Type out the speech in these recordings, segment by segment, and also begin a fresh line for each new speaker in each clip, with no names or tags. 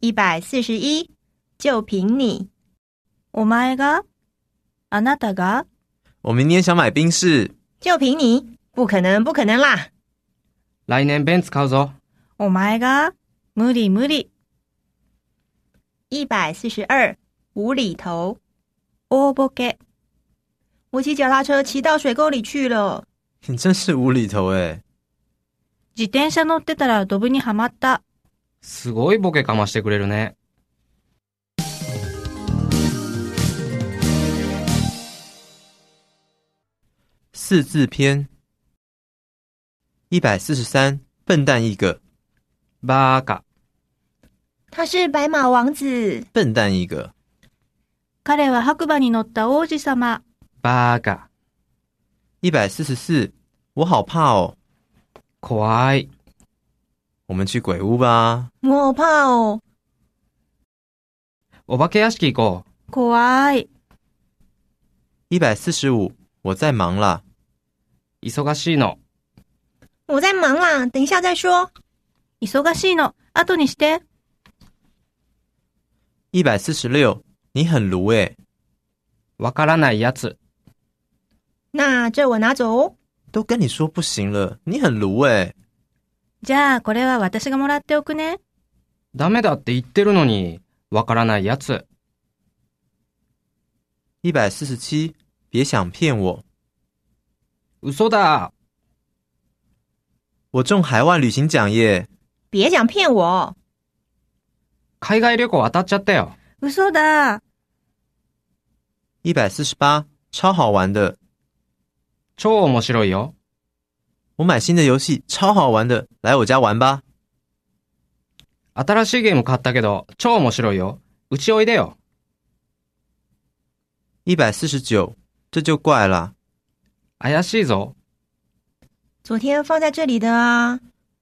一百四十一，就凭你。お前が、あなたが、
我明年想买冰室，
就凭你，不可能，不可能啦！
来年便使うぞ。
お前が、無理無理。一百四十二，无厘头。大ボケ。我骑脚踏车骑到水沟里去了。
你真是无厘头哎！
自転車乗ってたらドブにはまった。
すごいボケかましてくれるね。
四字篇一百四十三，笨蛋一个，
バーカ。
他是白马王子，
笨蛋一个，
彼は白馬に乗った王子様。
バーカ。
一百四十四，我好怕哦，
怖い。
我们去鬼屋吧。
我怕哦，
お化け屋敷行こう。
怖い。
一百四十五，我在忙啦，
忙しいの。
我在忙啦，等一下再说。忙しいの後にして。
一百四十六，你很卢欸诶，
わからないやつ。
那这我拿走哦。
都跟你说不行了，你很卢欸诶。
じゃあこれは私がもらっておくね。
ダメだって言ってるのに、わからないやつ。
一百四十七，别想骗我，
嘘だ。
我中海外旅行奖耶。
别想骗我。
海外旅行当たっちゃったよ。
嘘だ。
一百四十八，超好玩的，
超面白いよ。
我买新的游戏超好玩的，来我家玩吧。
新しいゲーム買ったけど、超面白いよ。うちおいでよ。
一百四十九，这就怪啦。
怪しいぞ。
昨天放在这里的啊。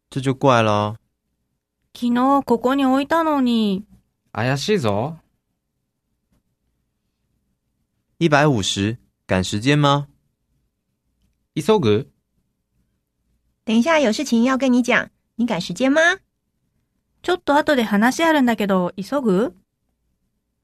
这就怪了。哦
昨日ここに置いたのに。
怪しいぞ。
一百五十，赶时间吗？
急ぐ
等一下有事情要跟你讲，你赶时间吗？ちょっと後で話あるんだけど、急ぐ